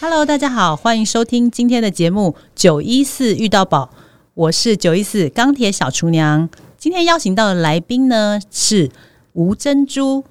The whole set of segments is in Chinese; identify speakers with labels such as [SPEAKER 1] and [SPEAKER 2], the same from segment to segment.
[SPEAKER 1] Hello，大家好，欢迎收听今天的节目《九一四遇到宝》，我是九一四钢铁小厨娘。今天邀请到的来宾呢是吴珍珠，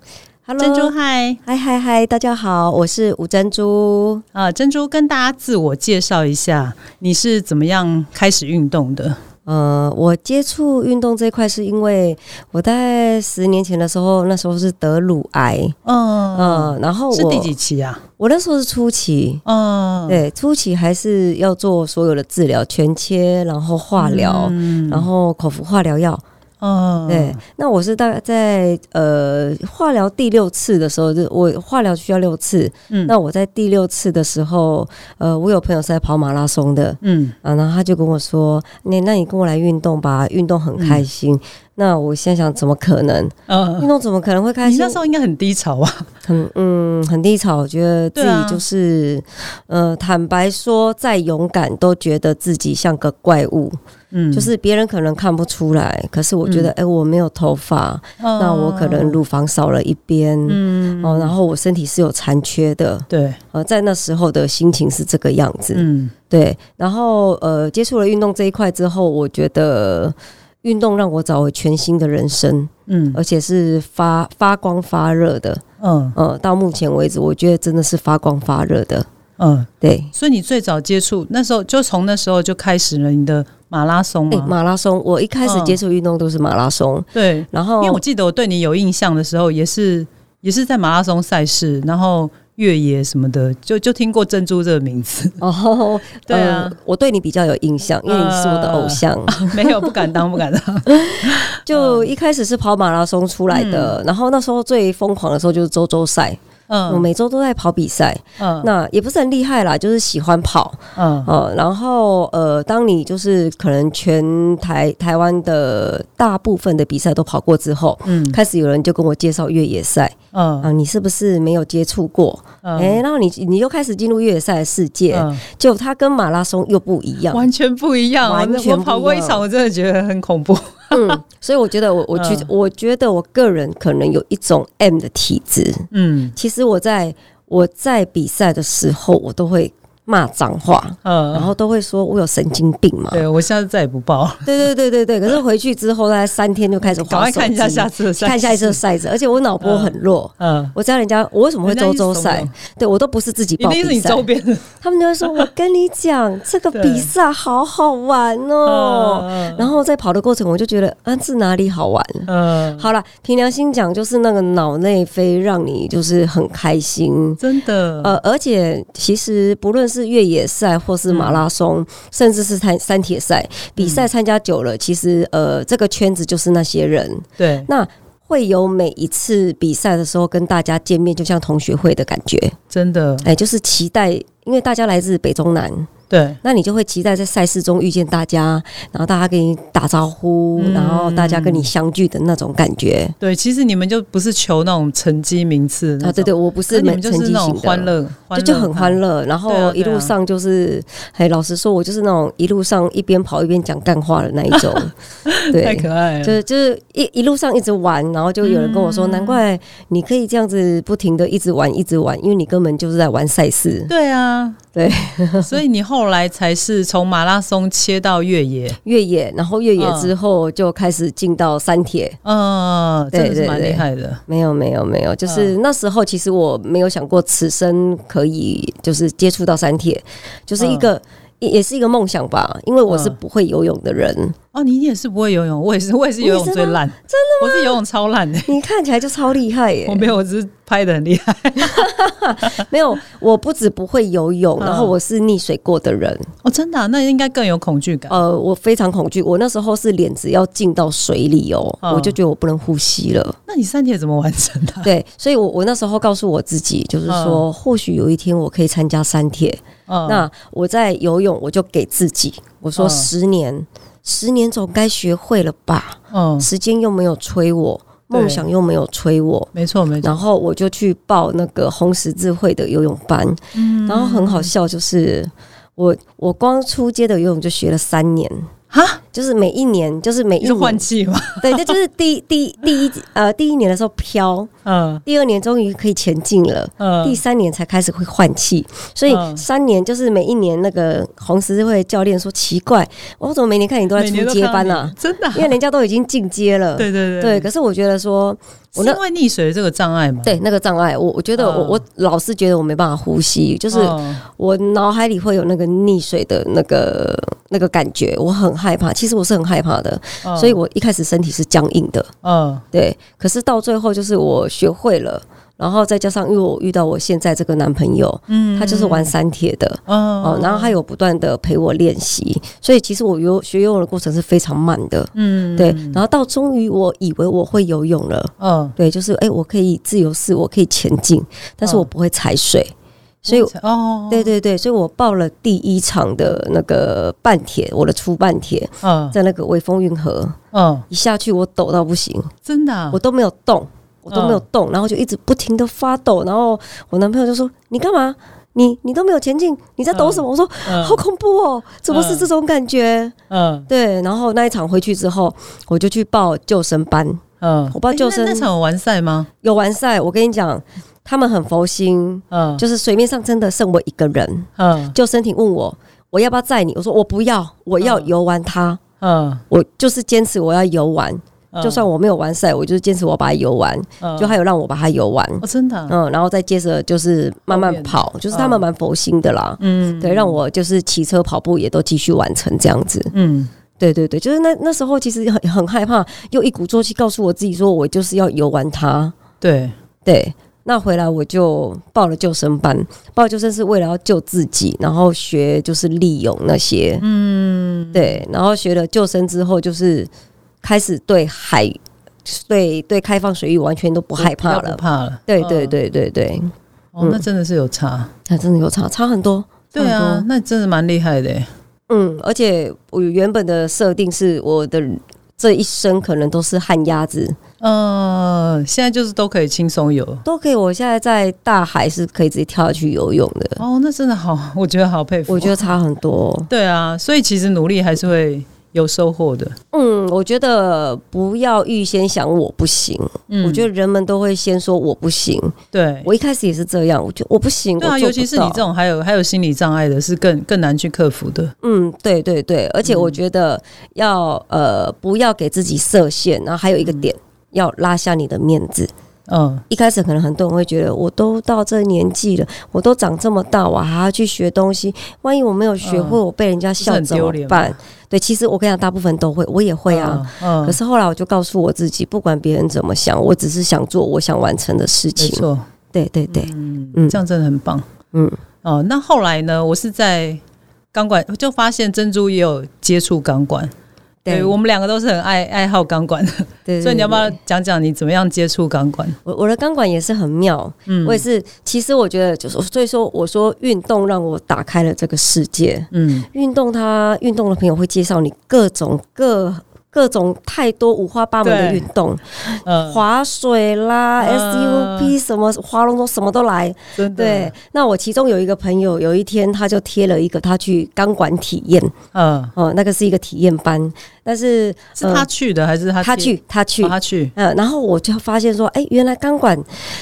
[SPEAKER 2] Hello，
[SPEAKER 1] 珍珠嗨
[SPEAKER 2] 嗨嗨嗨，大家好，我是吴珍珠。
[SPEAKER 1] 啊，珍珠跟大家自我介绍一下，你是怎么样开始运动的？
[SPEAKER 2] 呃，我接触运动这一块是因为我在十年前的时候，那时候是得乳癌，
[SPEAKER 1] 嗯
[SPEAKER 2] 呃，然后我
[SPEAKER 1] 是第几期啊？
[SPEAKER 2] 我那时候是初期，
[SPEAKER 1] 嗯，
[SPEAKER 2] 对，初期还是要做所有的治疗，全切，然后化疗，
[SPEAKER 1] 嗯
[SPEAKER 2] 然后口服化疗药。
[SPEAKER 1] 嗯
[SPEAKER 2] 对，那我是大概在呃化疗第六次的时候，就我化疗需要六次，
[SPEAKER 1] 嗯
[SPEAKER 2] 那我在第六次的时候，呃，我有朋友是在跑马拉松的，
[SPEAKER 1] 嗯
[SPEAKER 2] 啊，然后他就跟我说：“那那你跟我来运动吧，运动很开心。那我现在想，怎么可能？运
[SPEAKER 1] 嗯，
[SPEAKER 2] 动怎么可能会开
[SPEAKER 1] 你
[SPEAKER 2] 心
[SPEAKER 1] 那？时候应该很低潮啊。
[SPEAKER 2] 很嗯，很低潮。我觉得自
[SPEAKER 1] 对啊
[SPEAKER 2] 己就是，呃，坦白说，再勇敢都觉得自己像个怪物。
[SPEAKER 1] 嗯，
[SPEAKER 2] 就是别人可能看不出来，可是我觉得，哎、我没有头发，那
[SPEAKER 1] 那
[SPEAKER 2] 我可能乳房少了一边，
[SPEAKER 1] 哦嗯
[SPEAKER 2] 哦，然后我身体是有残缺的。
[SPEAKER 1] 对，
[SPEAKER 2] 呃，在那时候的心情是这个样子。
[SPEAKER 1] 嗯
[SPEAKER 2] 对，然后呃，接触了运动这一块之后，我觉得运动让我找回全新的人生，
[SPEAKER 1] 嗯
[SPEAKER 2] 而且是发发光发热的。
[SPEAKER 1] 嗯
[SPEAKER 2] 呃，到目前为止，我觉得真的是发光发热的。
[SPEAKER 1] 嗯，
[SPEAKER 2] 对，
[SPEAKER 1] 所以你最早接触那时候，就从那时候就开始了你的马拉松
[SPEAKER 2] 哎、
[SPEAKER 1] 嘛？
[SPEAKER 2] 马拉松，我一开始接触运动都是马拉松，
[SPEAKER 1] 对，
[SPEAKER 2] 然
[SPEAKER 1] 嗯因
[SPEAKER 2] 后
[SPEAKER 1] 为我记得我对你有印象的时候，也是也是在马拉松赛事，然后越野什么的，就就听过珍珠这个名 字。
[SPEAKER 2] 哦，
[SPEAKER 1] 对啊呃
[SPEAKER 2] 呃，我对你比较有印象，因为你是我的偶像。
[SPEAKER 1] 没有，不敢当，不敢 当。
[SPEAKER 2] 就
[SPEAKER 1] 嗯
[SPEAKER 2] 一开始是跑马拉松出来的，然后那时候最疯狂的时候就是周周赛，我
[SPEAKER 1] 嗯
[SPEAKER 2] 每周都在跑比赛，
[SPEAKER 1] 嗯
[SPEAKER 2] 那也不是很厉害啦，就是喜欢跑。
[SPEAKER 1] 嗯
[SPEAKER 2] 哦，然后呃，当你就是可能全台台湾的大部分的比赛都跑过之后，
[SPEAKER 1] 嗯
[SPEAKER 2] 开始有人就跟我介绍越野赛啊，
[SPEAKER 1] 嗯
[SPEAKER 2] 你是不是没有接触过？
[SPEAKER 1] 嗯，
[SPEAKER 2] 哎、然后你你又开始进入越野赛的世界，
[SPEAKER 1] 嗯
[SPEAKER 2] 就它跟马拉松又不一样，
[SPEAKER 1] 完全不一样。
[SPEAKER 2] 完全不一
[SPEAKER 1] 我
[SPEAKER 2] 样
[SPEAKER 1] 跑过一场，我真的觉得很恐怖。
[SPEAKER 2] 嗯，所以我觉得我我觉、
[SPEAKER 1] 嗯
[SPEAKER 2] 我觉得我个人可能有一种 M 的体质，
[SPEAKER 1] 嗯
[SPEAKER 2] 其实我在我在比赛的时候，我都会骂脏话，
[SPEAKER 1] 嗯，
[SPEAKER 2] 然后都会说我有神经病嘛，
[SPEAKER 1] 对我下次再也不报 了，
[SPEAKER 2] 对对对对对，可是回去之后，大概三天就开始
[SPEAKER 1] 赶
[SPEAKER 2] 滑
[SPEAKER 1] 快
[SPEAKER 2] 手
[SPEAKER 1] 看一下
[SPEAKER 2] 机
[SPEAKER 1] 下次的赛事，
[SPEAKER 2] 看一下一次的赛事，而且我脑波很弱。
[SPEAKER 1] 嗯，
[SPEAKER 2] 我知道人家我为什么会
[SPEAKER 1] 人家
[SPEAKER 2] 周
[SPEAKER 1] 一直
[SPEAKER 2] 周
[SPEAKER 1] 怂
[SPEAKER 2] 赛
[SPEAKER 1] 恿，
[SPEAKER 2] 对我都不是自己
[SPEAKER 1] 一
[SPEAKER 2] 报
[SPEAKER 1] 定是
[SPEAKER 2] 比
[SPEAKER 1] 你
[SPEAKER 2] 赛，
[SPEAKER 1] 周边的
[SPEAKER 2] 他们就会说：“我跟你讲，这个
[SPEAKER 1] 对
[SPEAKER 2] 比赛好好玩哦。”
[SPEAKER 1] 嗯
[SPEAKER 2] 然后在跑的过程，我就觉得啊，这哪里好玩？
[SPEAKER 1] 嗯，
[SPEAKER 2] 好了，凭良心讲，就是那个脑内啡让你就是很开心。
[SPEAKER 1] 真的，
[SPEAKER 2] 呃，而且其实不论是越野赛或是马
[SPEAKER 1] 嗯
[SPEAKER 2] 拉松，甚至是山山铁赛比赛，参加久了，其实呃，这个圈子就是那些人。
[SPEAKER 1] 对，
[SPEAKER 2] 那会有每一次比赛的时候跟大家见面，就像同学会的感觉，
[SPEAKER 1] 真的，
[SPEAKER 2] 哎、就是期待，因为大家来自北中南，
[SPEAKER 1] 对，
[SPEAKER 2] 那你就会期待在赛事中遇见大家，然后大家跟你打招呼，
[SPEAKER 1] 嗯
[SPEAKER 2] 然后大家跟你相聚的那种感觉。
[SPEAKER 1] 对，其实你们就不是求那种成绩名次
[SPEAKER 2] 啊，对对，，我不
[SPEAKER 1] 是
[SPEAKER 2] 是
[SPEAKER 1] 你
[SPEAKER 2] 没
[SPEAKER 1] 们就
[SPEAKER 2] 成
[SPEAKER 1] 是
[SPEAKER 2] 绩
[SPEAKER 1] 那种
[SPEAKER 2] 型
[SPEAKER 1] 欢
[SPEAKER 2] 的。
[SPEAKER 1] 乐，
[SPEAKER 2] 就就很欢
[SPEAKER 1] 乐
[SPEAKER 2] 乐，然
[SPEAKER 1] 对啊
[SPEAKER 2] 后
[SPEAKER 1] 对
[SPEAKER 2] 一路
[SPEAKER 1] 啊
[SPEAKER 2] 上就是，哎、老实说，我就是那种一路上一边跑一边讲干话的那一 种，
[SPEAKER 1] 派，太
[SPEAKER 2] 对，
[SPEAKER 1] 可爱了，
[SPEAKER 2] 就
[SPEAKER 1] 嗯
[SPEAKER 2] 是就是一一路上一直玩，然后就有人跟我说，难怪你可以这样子不停的一直玩一直玩，因为你根本就是在玩赛事，
[SPEAKER 1] 对啊，
[SPEAKER 2] 对，
[SPEAKER 1] 所以你后来才是从马拉松切到越野，
[SPEAKER 2] 越野，然后越野
[SPEAKER 1] 嗯
[SPEAKER 2] 之后就开始进到山铁，
[SPEAKER 1] 嗯，
[SPEAKER 2] 对
[SPEAKER 1] 真的是
[SPEAKER 2] 对
[SPEAKER 1] 蛮
[SPEAKER 2] 对
[SPEAKER 1] 厉害的，
[SPEAKER 2] 没有没有没有，
[SPEAKER 1] 嗯
[SPEAKER 2] 就是那时候其实我没有想过此生可以就是接触到山铁，就是一个、也也是一个梦想吧，因为我是
[SPEAKER 1] 嗯
[SPEAKER 2] 不会游泳的人，
[SPEAKER 1] 哦，你也是不会游泳，我也是，我也是游泳
[SPEAKER 2] 你是吗
[SPEAKER 1] 最烂，真的，我是游泳超烂的，
[SPEAKER 2] 你看起来就超厉害耶、
[SPEAKER 1] 我没有，我只是拍的很厉害，
[SPEAKER 2] 没有，我不止不会游泳，
[SPEAKER 1] 嗯
[SPEAKER 2] 然后我是溺水过的人，
[SPEAKER 1] 哦，真的啊，那应该更有恐惧感，
[SPEAKER 2] 呃，我非常恐惧，我那时候是脸只要进到水里哦，
[SPEAKER 1] 嗯
[SPEAKER 2] 我就觉得我不能呼吸了，
[SPEAKER 1] 那你三铁怎么完成的？
[SPEAKER 2] 对，所以我我那时候告诉我自己，就是说，或许有一天我可以参加山铁，
[SPEAKER 1] 嗯
[SPEAKER 2] 那我在游泳，我就给自己，我说
[SPEAKER 1] 嗯
[SPEAKER 2] 十年，十年总该学会了吧？
[SPEAKER 1] 嗯，
[SPEAKER 2] 时间又没有催我，
[SPEAKER 1] 对
[SPEAKER 2] 梦想又没有催我。
[SPEAKER 1] 没错没错，
[SPEAKER 2] 然后我就去报那个红十字会的游泳班，然后很好笑，就是我我光出街的游泳就学了三年，
[SPEAKER 1] 哈，
[SPEAKER 2] 就是每一年，就是每一
[SPEAKER 1] 是换
[SPEAKER 2] 年，
[SPEAKER 1] 季嘛？
[SPEAKER 2] 对，这就是第第第一呃第一年的时候飘，
[SPEAKER 1] 嗯
[SPEAKER 2] 第二年终于可以前进了。
[SPEAKER 1] 嗯，
[SPEAKER 2] 第三年才开始会换气，所以
[SPEAKER 1] 嗯
[SPEAKER 2] 三年就是每一年那个红十字会教练说奇怪，我怎么每年看你都在
[SPEAKER 1] 每年
[SPEAKER 2] 出
[SPEAKER 1] 都
[SPEAKER 2] 接
[SPEAKER 1] 看到
[SPEAKER 2] 班
[SPEAKER 1] 你
[SPEAKER 2] 啊？
[SPEAKER 1] 真的啊、
[SPEAKER 2] 因为人家都已经进阶 了，
[SPEAKER 1] 对对
[SPEAKER 2] 对。
[SPEAKER 1] 对，
[SPEAKER 2] 可是我觉得说，我
[SPEAKER 1] 是
[SPEAKER 2] 那
[SPEAKER 1] 因为溺水的这个障碍嘛？
[SPEAKER 2] 对那个障碍，我我觉得我、
[SPEAKER 1] 嗯
[SPEAKER 2] 我老是觉得我没办法呼吸，就是
[SPEAKER 1] 哦
[SPEAKER 2] 我脑海里会有那个溺水的那个那个感觉，我很害怕。其实我是很害怕的，
[SPEAKER 1] 嗯
[SPEAKER 2] 所以我一开始身体是僵硬的，
[SPEAKER 1] 嗯
[SPEAKER 2] 对。可是到最后就是我学会了，然后再加上因为我遇到我现在这个男朋友，
[SPEAKER 1] 嗯
[SPEAKER 2] 他就是玩三铁的。哦
[SPEAKER 1] 哦，
[SPEAKER 2] 然后他有不断的陪我练习，所以其实我游学游泳的过程是非常慢的，
[SPEAKER 1] 嗯
[SPEAKER 2] 对。然后到终于我以为我会游泳了，
[SPEAKER 1] 嗯，
[SPEAKER 2] 对，就是哎、诶我可以自由式，我可以前进，但是
[SPEAKER 1] 嗯
[SPEAKER 2] 我不会踩水，所以
[SPEAKER 1] 哦，
[SPEAKER 2] 对对对，所以我报了第一场的那个半铁，我的初半铁
[SPEAKER 1] 嗯
[SPEAKER 2] 在那个微风运河，
[SPEAKER 1] 嗯，
[SPEAKER 2] 一下去我抖到不行，
[SPEAKER 1] 真的啊
[SPEAKER 2] 我都没有动，我都没
[SPEAKER 1] 嗯
[SPEAKER 2] 有动，然后就一直不停的发抖，然后我男朋友就说：“你干嘛？你你都没有前进，你在抖什么？”我说：“
[SPEAKER 1] 嗯
[SPEAKER 2] 好恐怖哦，怎么是这种感觉？”
[SPEAKER 1] 嗯
[SPEAKER 2] 对，然后那一场回去之后，我就去报救生班，
[SPEAKER 1] 嗯，
[SPEAKER 2] 我爸
[SPEAKER 1] 诶
[SPEAKER 2] 救
[SPEAKER 1] 那
[SPEAKER 2] 生
[SPEAKER 1] 那场有完赛吗？
[SPEAKER 2] 有完赛。我跟你讲，他们很佛心，
[SPEAKER 1] 嗯
[SPEAKER 2] 就是水面上真的剩我一个人。
[SPEAKER 1] 嗯
[SPEAKER 2] 救生艇问我我要不要载你，我说我不要，我要游完它。
[SPEAKER 1] 嗯，
[SPEAKER 2] 我就是坚持我要游完，
[SPEAKER 1] 嗯
[SPEAKER 2] 就算我没有完赛，我就是坚持我把它游完，
[SPEAKER 1] 嗯
[SPEAKER 2] 就还有让我把它游完，
[SPEAKER 1] 哦真的啊
[SPEAKER 2] 嗯，然后再接着就是慢慢跑，就是他们蛮佛心的啦，
[SPEAKER 1] 嗯
[SPEAKER 2] 对，让我就是骑车、跑步也都继续完成这样子，
[SPEAKER 1] 嗯
[SPEAKER 2] 对对对，就是那那时候其实很很害怕，又一鼓作气告诉我自己说我就是要游完它，
[SPEAKER 1] 对
[SPEAKER 2] 对。那回来我就报了救生班，报救生是为了要救自己，然后学就是利泳那些，
[SPEAKER 1] 嗯
[SPEAKER 2] 对，然后学了救生之后，就是开始对海、对对开放水域完全都不
[SPEAKER 1] 我
[SPEAKER 2] 害
[SPEAKER 1] 比
[SPEAKER 2] 怕
[SPEAKER 1] 较
[SPEAKER 2] 了
[SPEAKER 1] 不。怕了，
[SPEAKER 2] 对
[SPEAKER 1] 嗯
[SPEAKER 2] 对对对对，
[SPEAKER 1] 哦那真的是有差，
[SPEAKER 2] 那、真的有差差很多。
[SPEAKER 1] 对
[SPEAKER 2] 差
[SPEAKER 1] 啊
[SPEAKER 2] 很多，
[SPEAKER 1] 那真的蛮厉害的欸，
[SPEAKER 2] 嗯，而且我原本的设定是我的这一生可能都是旱鸭子，
[SPEAKER 1] 嗯，现在就是都可以轻松游，
[SPEAKER 2] 都可以。我现在在大海是可以直接跳下去游泳的，
[SPEAKER 1] 哦那真的好，我觉得好佩服，
[SPEAKER 2] 我觉得差很多。
[SPEAKER 1] 对啊，所以其实努力还是会有收获的，
[SPEAKER 2] 嗯，我觉得不要预先想我不行，
[SPEAKER 1] 嗯
[SPEAKER 2] 我觉得人们都会先说我不行。
[SPEAKER 1] 对。
[SPEAKER 2] 我一开始也是这样，我觉得我不行，
[SPEAKER 1] 对啊，
[SPEAKER 2] 我做
[SPEAKER 1] 尤
[SPEAKER 2] 不
[SPEAKER 1] 其是你
[SPEAKER 2] 到
[SPEAKER 1] 这种还有还有心理障碍的，是更更难去克服的。
[SPEAKER 2] 嗯，对对对，而
[SPEAKER 1] 嗯
[SPEAKER 2] 且我觉得要、呃，不要给自己设限，然后还有一个点。要拉下你的面子。
[SPEAKER 1] 嗯，
[SPEAKER 2] 一开始可能很多人会觉得，我都到这年纪了，我都长这么大，我还要去学东西，万一我没有学会，我被人家
[SPEAKER 1] 嗯就是
[SPEAKER 2] 笑
[SPEAKER 1] 很
[SPEAKER 2] 怎
[SPEAKER 1] 丢
[SPEAKER 2] 么
[SPEAKER 1] 脸
[SPEAKER 2] 办
[SPEAKER 1] 嘛？
[SPEAKER 2] 对，其实我跟你讲，大部分都会，我也会啊。
[SPEAKER 1] 嗯，嗯
[SPEAKER 2] 可是后来我就告诉我自己，不管别人怎么想，我只是想做我想完成的事
[SPEAKER 1] 没
[SPEAKER 2] 情。
[SPEAKER 1] 错，
[SPEAKER 2] 对对对，
[SPEAKER 1] 嗯，这样真的很棒。
[SPEAKER 2] 嗯，
[SPEAKER 1] 哦，那后来呢？我是在钢管，就发现珍珠也有接触钢管，对我们两个都是很爱爱好钢管的，
[SPEAKER 2] 嗯对，
[SPEAKER 1] 所以你要不要
[SPEAKER 2] 对对
[SPEAKER 1] 讲讲你怎么样接触钢管？
[SPEAKER 2] 我我的钢管也是很妙，
[SPEAKER 1] 嗯
[SPEAKER 2] 我也是，其实我觉得就是，所以说我说运动让我打开了这个世界。
[SPEAKER 1] 嗯
[SPEAKER 2] 运动它，运动的朋友会介绍你各种各各种太多五花八门的
[SPEAKER 1] 对
[SPEAKER 2] 运动，
[SPEAKER 1] 呃，
[SPEAKER 2] 划水啦、
[SPEAKER 1] 嗯
[SPEAKER 2] SUP 什么划龙舟什么都来。
[SPEAKER 1] 真的
[SPEAKER 2] 对，，那我其中有一个朋友，有一天他就贴了一个他去钢管体验，
[SPEAKER 1] 嗯，
[SPEAKER 2] 哦、那个是一个体验班，但是
[SPEAKER 1] 是他去的还是他
[SPEAKER 2] 嗯他
[SPEAKER 1] 接
[SPEAKER 2] 去他去
[SPEAKER 1] 哦他去？
[SPEAKER 2] 呃，然后我就发现说，哎、原来钢管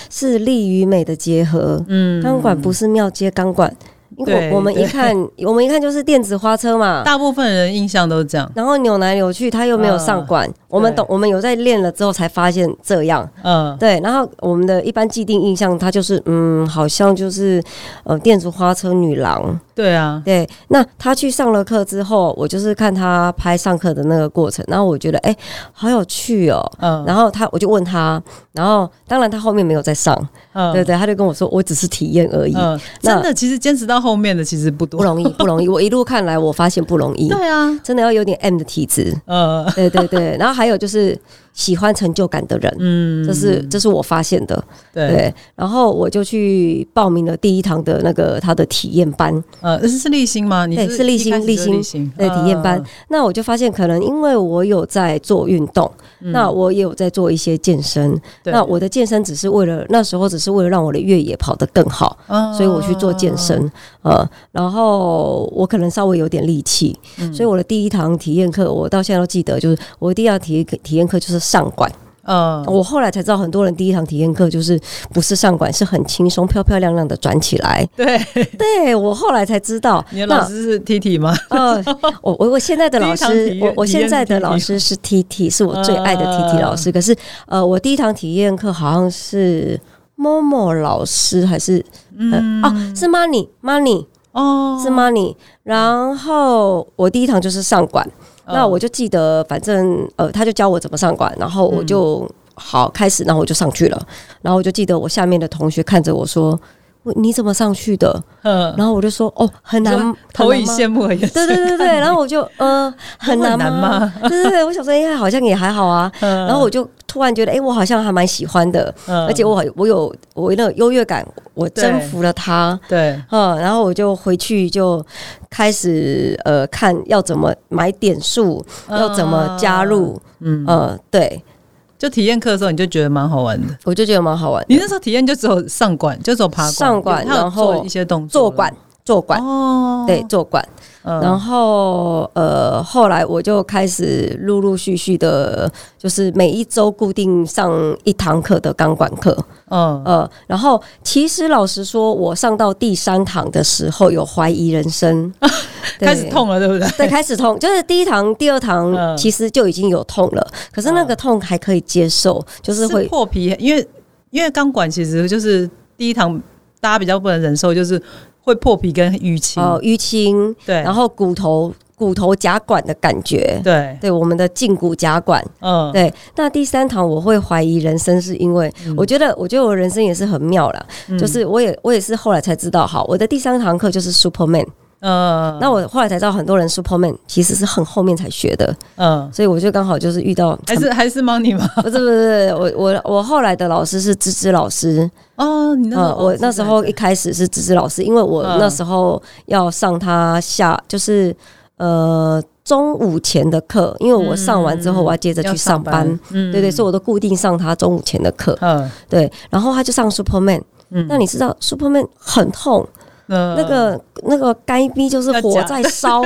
[SPEAKER 2] 是力与美的结合，
[SPEAKER 1] 嗯，
[SPEAKER 2] 钢管不是庙街钢管，因为
[SPEAKER 1] 对
[SPEAKER 2] 我我们一
[SPEAKER 1] 对
[SPEAKER 2] 看， 我们一看就是电子花车嘛，
[SPEAKER 1] 大部分人印象都是这样。
[SPEAKER 2] 然后扭来扭去，它又没有上
[SPEAKER 1] 嗯
[SPEAKER 2] 管，我们
[SPEAKER 1] 对
[SPEAKER 2] 懂，我们有在练了之后才发现这样，
[SPEAKER 1] 嗯
[SPEAKER 2] 对，然后我们的一般既定印象，它就是嗯，好像就是呃电子花车女郎，
[SPEAKER 1] 对啊，
[SPEAKER 2] 对，那他去上了课之后，我就是看他拍上课的那个过程，然后我觉得哎、好有趣哦，
[SPEAKER 1] 嗯，
[SPEAKER 2] 然后他我就问他，然后当然他后面没有再上，
[SPEAKER 1] 嗯
[SPEAKER 2] 对对，他就跟我说我只是体验而已，
[SPEAKER 1] 嗯，
[SPEAKER 2] 那
[SPEAKER 1] 真的，其实坚持到后面的其实不
[SPEAKER 2] 不
[SPEAKER 1] 多。
[SPEAKER 2] 容易不容易。我一路看来，我发现不容易，
[SPEAKER 1] 对啊，
[SPEAKER 2] 真的要有点 M 的体质。
[SPEAKER 1] 呃，
[SPEAKER 2] 对对对，然后还有就是喜欢成就感的人，嗯，这是这是我发现的，
[SPEAKER 1] 对，
[SPEAKER 2] 对。然后我就去报名了第一堂的那个他的体验班，
[SPEAKER 1] 呃，是是立新吗？你
[SPEAKER 2] 对是立新
[SPEAKER 1] 一开始就是
[SPEAKER 2] 立新
[SPEAKER 1] 立新
[SPEAKER 2] 对体验班，
[SPEAKER 1] 嗯
[SPEAKER 2] 那我就发现，可能因为我有在做运动，那我也有在做一些健身。
[SPEAKER 1] 嗯对
[SPEAKER 2] 那我的健身只是为了那时候只是为了让我的越野跑得更好，
[SPEAKER 1] 嗯
[SPEAKER 2] 所以我去做健身。呃，然后我可能稍微有点力气，
[SPEAKER 1] 嗯
[SPEAKER 2] 所以我的第一堂体验课，我到现在都记得，就是我第一堂体验体验课就是上管。
[SPEAKER 1] 呃，
[SPEAKER 2] 我后来才知道，很多人第一堂体验课就是不是上管，是很轻松、漂漂亮亮的转起来。
[SPEAKER 1] 对，
[SPEAKER 2] 对我后来才知道，
[SPEAKER 1] 你的老师是 T T 吗？
[SPEAKER 2] 呃，我我我现在的老
[SPEAKER 1] 第一堂体
[SPEAKER 2] 师，
[SPEAKER 1] 验啊
[SPEAKER 2] 我我现在的老师是 T T，是我最爱的 T T 老师。可是呃，我第一堂体验课好像是 Momo 老师还是嗯、呃、啊是 Money Money
[SPEAKER 1] 哦，
[SPEAKER 2] 是 Money，然后我第一堂就是上管，
[SPEAKER 1] 嗯
[SPEAKER 2] 那我就记得反正呃他就教我怎么上管，然后
[SPEAKER 1] 嗯
[SPEAKER 2] 我就、好开始，然后我就上去了，然后我就记得我下面的同学看着我说。我你怎么上去的？
[SPEAKER 1] 嗯，
[SPEAKER 2] 然后我就说哦，很难，很难
[SPEAKER 1] 投以
[SPEAKER 2] 吗
[SPEAKER 1] 羡慕而言，
[SPEAKER 2] 对对对对 对，然后我就呃很难
[SPEAKER 1] 难
[SPEAKER 2] 吗？对对对，我想说哎、好像也还好啊。
[SPEAKER 1] 嗯
[SPEAKER 2] 然后我就突然觉得哎、我好像还蛮喜欢的，
[SPEAKER 1] 嗯
[SPEAKER 2] 而且我好我有我有那种优越感，我
[SPEAKER 1] 对
[SPEAKER 2] 征服了他。
[SPEAKER 1] 对，
[SPEAKER 2] 嗯，然后我就回去就开始呃看要怎么买点数，要怎么加入，
[SPEAKER 1] 啊嗯，
[SPEAKER 2] 呃，对
[SPEAKER 1] 就体验课的时候你就觉得蛮好玩的。
[SPEAKER 2] 我就觉得蛮好玩。
[SPEAKER 1] 你那时候体验就只有上管，就只有爬管、
[SPEAKER 2] 上管
[SPEAKER 1] 他有
[SPEAKER 2] 然后
[SPEAKER 1] 做一些动作、
[SPEAKER 2] 坐馆，坐馆，
[SPEAKER 1] 哦，
[SPEAKER 2] 对，坐馆。
[SPEAKER 1] 嗯，
[SPEAKER 2] 然后呃，后来我就开始陆陆续续的，就是每一周固定上一堂课的钢管课，
[SPEAKER 1] 嗯，
[SPEAKER 2] 呃，然后其实老实说，我上到第三堂的时候有怀疑人生，对
[SPEAKER 1] 开始。痛了，对不对？
[SPEAKER 2] 对，开始痛，就是第一堂、第二
[SPEAKER 1] 嗯
[SPEAKER 2] 堂其实就已经有痛了，可是那个痛还可以接受，就是会
[SPEAKER 1] 破皮，因为因为钢管其实就是第一堂大家比较不能忍受，就是会破皮跟淤青，
[SPEAKER 2] 呃淤青，
[SPEAKER 1] 对，
[SPEAKER 2] 然后骨头骨头夹管的感觉，
[SPEAKER 1] 对，
[SPEAKER 2] 对，我们的胫骨夹管，
[SPEAKER 1] 嗯，
[SPEAKER 2] 对，那第三堂我会怀疑人生，是因为我觉得，我觉得我人生也是很妙啦，
[SPEAKER 1] 嗯
[SPEAKER 2] 就是我也我也是后来才知道，好，我的第三堂课就是 Superman，、
[SPEAKER 1] 嗯，
[SPEAKER 2] 那我后来才知道很多人 Superman 其实是很后面才学的，
[SPEAKER 1] 嗯，
[SPEAKER 2] 所以我就刚好就是遇到，
[SPEAKER 1] 还是还是 money 吗？
[SPEAKER 2] 不是不是不是，我我我后来的老师是芝芝老师，
[SPEAKER 1] 哦，你那时候
[SPEAKER 2] 呃，我那时候一开始是芝芝老师，因为我
[SPEAKER 1] 嗯
[SPEAKER 2] 那时候要上他下就是呃中午前的课，因为我上完之后我要接着
[SPEAKER 1] 嗯要
[SPEAKER 2] 去上班。，
[SPEAKER 1] 嗯
[SPEAKER 2] 对对，所以我都固定上他中午前的课，
[SPEAKER 1] 嗯
[SPEAKER 2] 对，然后他就上 Superman。
[SPEAKER 1] 嗯
[SPEAKER 2] 那你知道 Superman 很痛，
[SPEAKER 1] 嗯
[SPEAKER 2] 那个那个该逼就是火在 烧，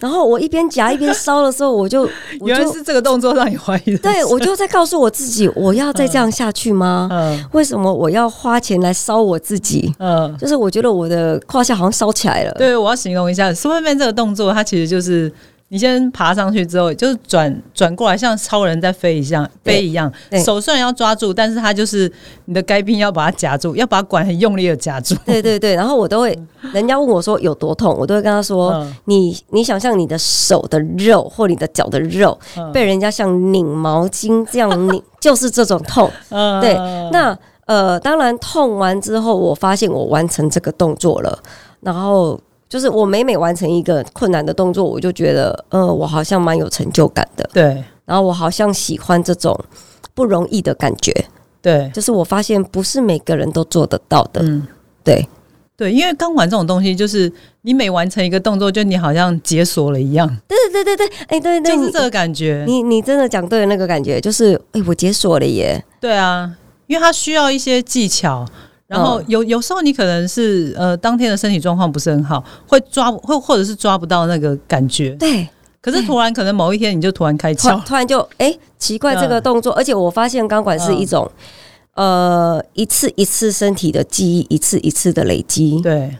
[SPEAKER 2] 然后我一边夹一边烧的时候，我就我
[SPEAKER 1] 原来
[SPEAKER 2] 就是
[SPEAKER 1] 这个动作让你怀疑人生，
[SPEAKER 2] 对我就在告诉我自己，我要再这样下去吗？
[SPEAKER 1] 嗯
[SPEAKER 2] 为什么我要花钱来烧我自己？
[SPEAKER 1] 嗯。
[SPEAKER 2] 就是我觉得我的胯下好像烧起来了，
[SPEAKER 1] 对，我要形容一下 Superman 这个动作，它其实就是你先爬上去之后，就是转转过来，像超人在飞一样，
[SPEAKER 2] 对
[SPEAKER 1] 飞一样，
[SPEAKER 2] 对
[SPEAKER 1] 手虽然要抓住，但是它就是你的该拼要把它夹住，要把管很用力的夹住。
[SPEAKER 2] 对对对，然后我都会，人家问我说有多痛，我都会跟他说，
[SPEAKER 1] 嗯
[SPEAKER 2] 你你想象你的手的肉或你的脚的肉、
[SPEAKER 1] 嗯
[SPEAKER 2] 被人家像拧毛巾这样 拧，就是这种痛。
[SPEAKER 1] 嗯
[SPEAKER 2] 对，那呃，当然痛完之后，我发现我完成这个动作了，然后。就是我每每完成一个困难的动作，我就觉得，呃，我好像蛮有成就感的，
[SPEAKER 1] 对
[SPEAKER 2] 然后我好像喜欢这种不容易的感觉，
[SPEAKER 1] 对
[SPEAKER 2] 就是我发现不是每个人都做得到的，
[SPEAKER 1] 嗯
[SPEAKER 2] 对，
[SPEAKER 1] 对，因为钢管这种东西，就是你每完成一个动作，就你好像解锁了一样，
[SPEAKER 2] 对对对对，哎、对对对，
[SPEAKER 1] 就是这个感觉。
[SPEAKER 2] 你你真的讲对了，那个感觉就是，哎、我解锁了耶，
[SPEAKER 1] 对啊，因为它需要一些技巧。然后
[SPEAKER 2] 嗯
[SPEAKER 1] 有有时候你可能是呃当天的身体状况不是很好，会抓会或者是抓不到那个感觉，
[SPEAKER 2] 对，
[SPEAKER 1] 可是突然可能某一天你就突然开
[SPEAKER 2] 突
[SPEAKER 1] 窍，
[SPEAKER 2] 突然就，哎、奇怪
[SPEAKER 1] 嗯
[SPEAKER 2] 这个动作，而且我发现钢管是一种，呃，一次一次身体的记忆，一次一次的累积。
[SPEAKER 1] 对，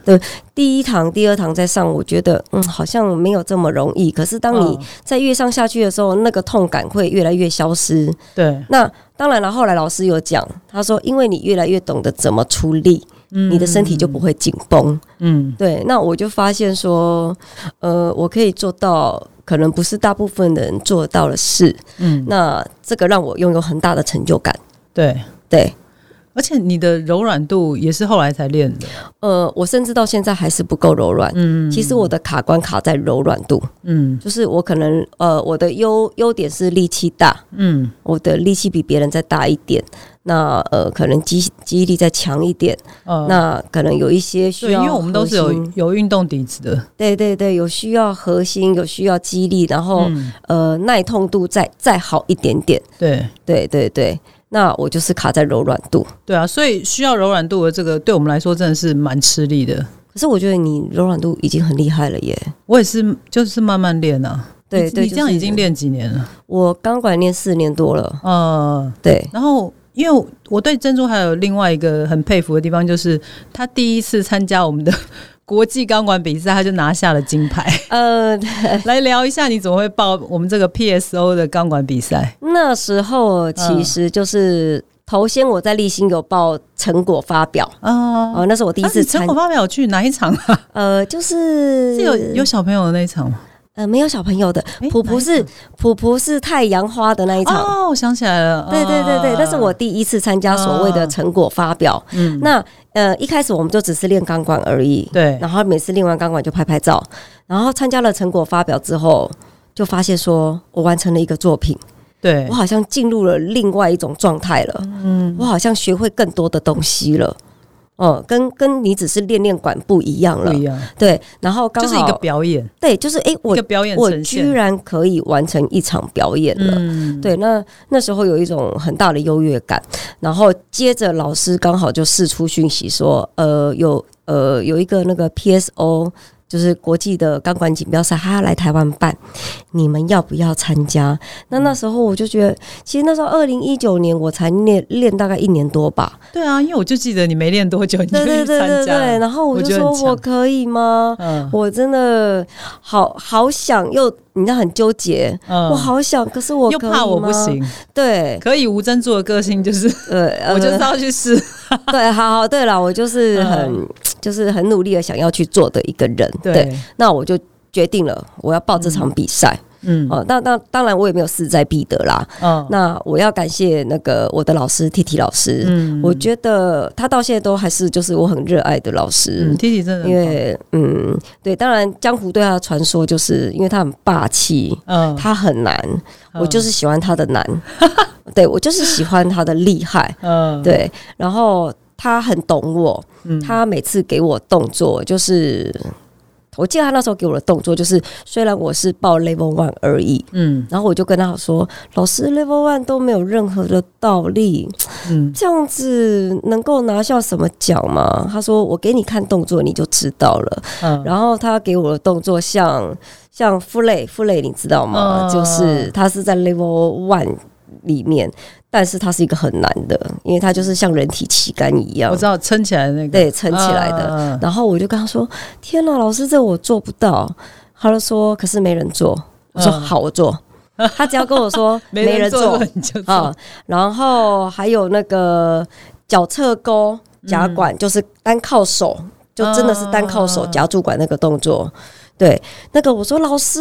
[SPEAKER 2] 第一堂、第二堂在上，我觉得，嗯，好像没有这么容易。可是当你
[SPEAKER 1] 嗯
[SPEAKER 2] 在越上下去的时候，那个痛感会越来越消失。
[SPEAKER 1] 对，
[SPEAKER 2] 那当然了，后来老师有讲，他说，因为你越来越懂得怎么出力，
[SPEAKER 1] 嗯
[SPEAKER 2] 你的身体就不会紧绷。
[SPEAKER 1] 嗯
[SPEAKER 2] 对，那我就发现说，呃，我可以做到，可能不是大部分的人做到的事。
[SPEAKER 1] 嗯，
[SPEAKER 2] 那这个让我拥有很大的成就感。
[SPEAKER 1] 对。
[SPEAKER 2] 对，
[SPEAKER 1] 而且你的柔软度也是后来才练的，
[SPEAKER 2] 呃，我甚至到现在还是不够柔软。
[SPEAKER 1] 嗯
[SPEAKER 2] 其实我的卡关卡在柔软度，
[SPEAKER 1] 嗯
[SPEAKER 2] 就是我可能呃，我的优优点是力气大，
[SPEAKER 1] 嗯
[SPEAKER 2] 我的力气比别人再大一点。那呃，可能肌记忆力再强一点，
[SPEAKER 1] 哦
[SPEAKER 2] 那可能有一些需
[SPEAKER 1] 对，因
[SPEAKER 2] 要核心，
[SPEAKER 1] 为我们都是有有运动底子的，
[SPEAKER 2] 对对对，有需要核心，有需要肌力，然后、
[SPEAKER 1] 嗯，
[SPEAKER 2] 呃耐痛度再再好一点点。
[SPEAKER 1] 对
[SPEAKER 2] 对对对，那我就是卡在柔软度。
[SPEAKER 1] 对啊，所以需要柔软度的这个，对我们来说真的是蛮吃力的。
[SPEAKER 2] 可是我觉得你柔软度已经很厉害了耶。
[SPEAKER 1] 我也是，就是慢慢练啊。
[SPEAKER 2] 对
[SPEAKER 1] 你
[SPEAKER 2] 对，
[SPEAKER 1] 你这样
[SPEAKER 2] 就是
[SPEAKER 1] 已经练几年了？
[SPEAKER 2] 我钢管练四年多了，
[SPEAKER 1] 呃，
[SPEAKER 2] 对，
[SPEAKER 1] 然后因为我对珍珠还有另外一个很佩服的地方，就是她第一次参加我们的 国际钢管比赛，她就拿下了金牌。嗯
[SPEAKER 2] 呃，
[SPEAKER 1] 来聊一下，你怎么会报我们这个 PSO 的钢管比赛？
[SPEAKER 2] 那时候
[SPEAKER 1] 嗯
[SPEAKER 2] 其实就是头先我在立新有报成果发表，
[SPEAKER 1] 啊、
[SPEAKER 2] 哦，那是我第一
[SPEAKER 1] 啊
[SPEAKER 2] 次
[SPEAKER 1] 你成
[SPEAKER 2] 参
[SPEAKER 1] 果，发表去哪一场啊？
[SPEAKER 2] 呃，就是
[SPEAKER 1] 是有有小朋友的那一场吗？
[SPEAKER 2] 呃没有小朋友的
[SPEAKER 1] 诶，
[SPEAKER 2] 普普
[SPEAKER 1] 哪
[SPEAKER 2] 是
[SPEAKER 1] 一
[SPEAKER 2] 普普是太阳花的那一场。
[SPEAKER 1] 哦，我想起来了，
[SPEAKER 2] 对对对对，
[SPEAKER 1] 啊
[SPEAKER 2] 那是我第一次参加所谓的成果发表。
[SPEAKER 1] 嗯
[SPEAKER 2] 那呃，一开始我们就只是练钢管而已，
[SPEAKER 1] 对
[SPEAKER 2] 然后每次练完钢管就拍拍照，然后参加了成果发表之后，就发现说我完成了一个作品，
[SPEAKER 1] 对
[SPEAKER 2] 我好像进入了另外一种状态了，嗯，我好像学会更多的东西了，哦、跟跟你只是练练管不一样
[SPEAKER 1] 不
[SPEAKER 2] 了
[SPEAKER 1] 一，样，
[SPEAKER 2] 对，然后刚
[SPEAKER 1] 就
[SPEAKER 2] 好
[SPEAKER 1] 是一个表演，
[SPEAKER 2] 对，就是诶，
[SPEAKER 1] 一
[SPEAKER 2] 我
[SPEAKER 1] 个表演
[SPEAKER 2] 我
[SPEAKER 1] 呈
[SPEAKER 2] 居
[SPEAKER 1] 现。
[SPEAKER 2] 然可以完成一场表演了，
[SPEAKER 1] 嗯，
[SPEAKER 2] 对，那那时候有一种很大的优越感，然后接着老师刚好就释出讯息说，呃，有呃有一个那个 PSO，就是国际的钢管锦标赛，他要来台湾办，你们要不要参加？那那时候我就觉得，其实那时候二零一九年我才练练大概一年多吧，
[SPEAKER 1] 对啊，因为我就记得你没练多久，你就
[SPEAKER 2] 对对
[SPEAKER 1] 去
[SPEAKER 2] 对
[SPEAKER 1] 参
[SPEAKER 2] 对
[SPEAKER 1] 加
[SPEAKER 2] 对，
[SPEAKER 1] 了。
[SPEAKER 2] 然后我
[SPEAKER 1] 我
[SPEAKER 2] 就
[SPEAKER 1] 觉得
[SPEAKER 2] 说
[SPEAKER 1] 很强
[SPEAKER 2] 我可以吗？
[SPEAKER 1] 嗯
[SPEAKER 2] 我真的好好想又，你知道很纠结，
[SPEAKER 1] 嗯
[SPEAKER 2] 我好想，可是我
[SPEAKER 1] 又
[SPEAKER 2] 可
[SPEAKER 1] 怕
[SPEAKER 2] 以
[SPEAKER 1] 我不
[SPEAKER 2] 吗，
[SPEAKER 1] 行，
[SPEAKER 2] 对，
[SPEAKER 1] 可以吴珍珠的个性就是，
[SPEAKER 2] 呃，
[SPEAKER 1] 我就是
[SPEAKER 2] 呃
[SPEAKER 1] 要去试。
[SPEAKER 2] 对，好好，对了，我就是很、就是很努力的想要去做的一个人，
[SPEAKER 1] 嗯对，
[SPEAKER 2] 那我就决定了我要报这场比赛，
[SPEAKER 1] 嗯
[SPEAKER 2] 哦、那那当然我也没有势在必得啦，
[SPEAKER 1] 嗯
[SPEAKER 2] 那我要感谢那个我的老师 T T 老师，
[SPEAKER 1] 嗯
[SPEAKER 2] 我觉得他到现在都还是就是我很热爱的老师。
[SPEAKER 1] 嗯，T T 真的很
[SPEAKER 2] 因
[SPEAKER 1] 棒，
[SPEAKER 2] 为，嗯，对，当然，江湖对他的传说就是因为他很霸气，
[SPEAKER 1] 嗯，，
[SPEAKER 2] 他很难，我就是
[SPEAKER 1] 嗯
[SPEAKER 2] 是喜欢他的难， 对我就是喜欢他的厉害，
[SPEAKER 1] 嗯，
[SPEAKER 2] 对，然后他很懂我，
[SPEAKER 1] 嗯，
[SPEAKER 2] 他每次给我动作就是，我记得他那时候给我的动作就是，虽然我是报 level one 而已，
[SPEAKER 1] 嗯
[SPEAKER 2] 然后我就跟他说，老师 level one 都没有任何的道理，
[SPEAKER 1] 嗯，
[SPEAKER 2] 这样子能够拿下什么奖吗？他说，我给你看动作你就知道了。
[SPEAKER 1] 嗯
[SPEAKER 2] 然后他给我的动作像像傅雷，傅雷你知道吗？
[SPEAKER 1] 嗯
[SPEAKER 2] 就是他是在 level one 里面。但是它是一个很难的，因为它就是像人体旗杆一样
[SPEAKER 1] 我，知道撑起来的那个，嗯
[SPEAKER 2] 对，撑起来的。
[SPEAKER 1] 的，
[SPEAKER 2] 然后我就跟他说：“天哪，老师，这我做不到。”他就说：“可是没人做。”我说：“
[SPEAKER 1] 嗯
[SPEAKER 2] 好，我做。”他只要跟 我说没人做
[SPEAKER 1] 你就
[SPEAKER 2] 啊、
[SPEAKER 1] 做，
[SPEAKER 2] 然后还有那个脚侧勾
[SPEAKER 1] 嗯
[SPEAKER 2] 夹管，就是单靠手，就真的是单靠手
[SPEAKER 1] 嗯
[SPEAKER 2] 夹住管那个动
[SPEAKER 1] 啊
[SPEAKER 2] 作。对，那个我说老师，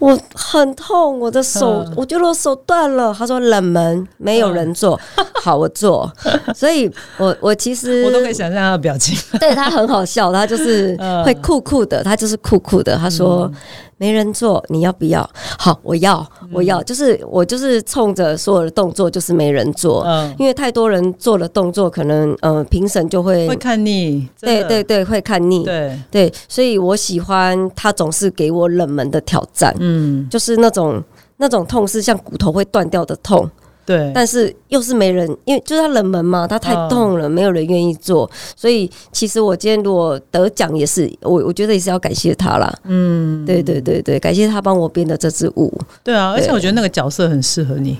[SPEAKER 2] 我很痛，我的手，
[SPEAKER 1] 嗯
[SPEAKER 2] 我觉得我手断了。他说冷门，没有 人做，好，我做。所以我，我其实
[SPEAKER 1] 我都可以想象他的表情。
[SPEAKER 2] 对他很好笑，他就是
[SPEAKER 1] 嗯
[SPEAKER 2] 会酷酷的，他就是酷酷的。他说、没人做，你要不要？好，我要，
[SPEAKER 1] 嗯
[SPEAKER 2] 我要，就是我就是冲着所有的动作，就是没人做，
[SPEAKER 1] 嗯，
[SPEAKER 2] 因为太多人做了动作，可能呃评审就会
[SPEAKER 1] 会看腻，真
[SPEAKER 2] 对
[SPEAKER 1] 的
[SPEAKER 2] 对对会看腻，
[SPEAKER 1] 对，
[SPEAKER 2] 对，所以我喜欢他总是给我冷门的挑战，
[SPEAKER 1] 嗯
[SPEAKER 2] 就是那种。那种痛是像骨头会断掉的痛，
[SPEAKER 1] 对，
[SPEAKER 2] 但是又是没人，因为就是它冷门嘛，它太痛了，没有人愿意做，所以其实我今天如果得奖也是我，我觉得也是要感谢他啦。
[SPEAKER 1] 嗯
[SPEAKER 2] 对对对对，感谢他帮我编的这支舞。
[SPEAKER 1] 对啊，而且
[SPEAKER 2] 对嗯
[SPEAKER 1] 我觉得那个角色很适合你。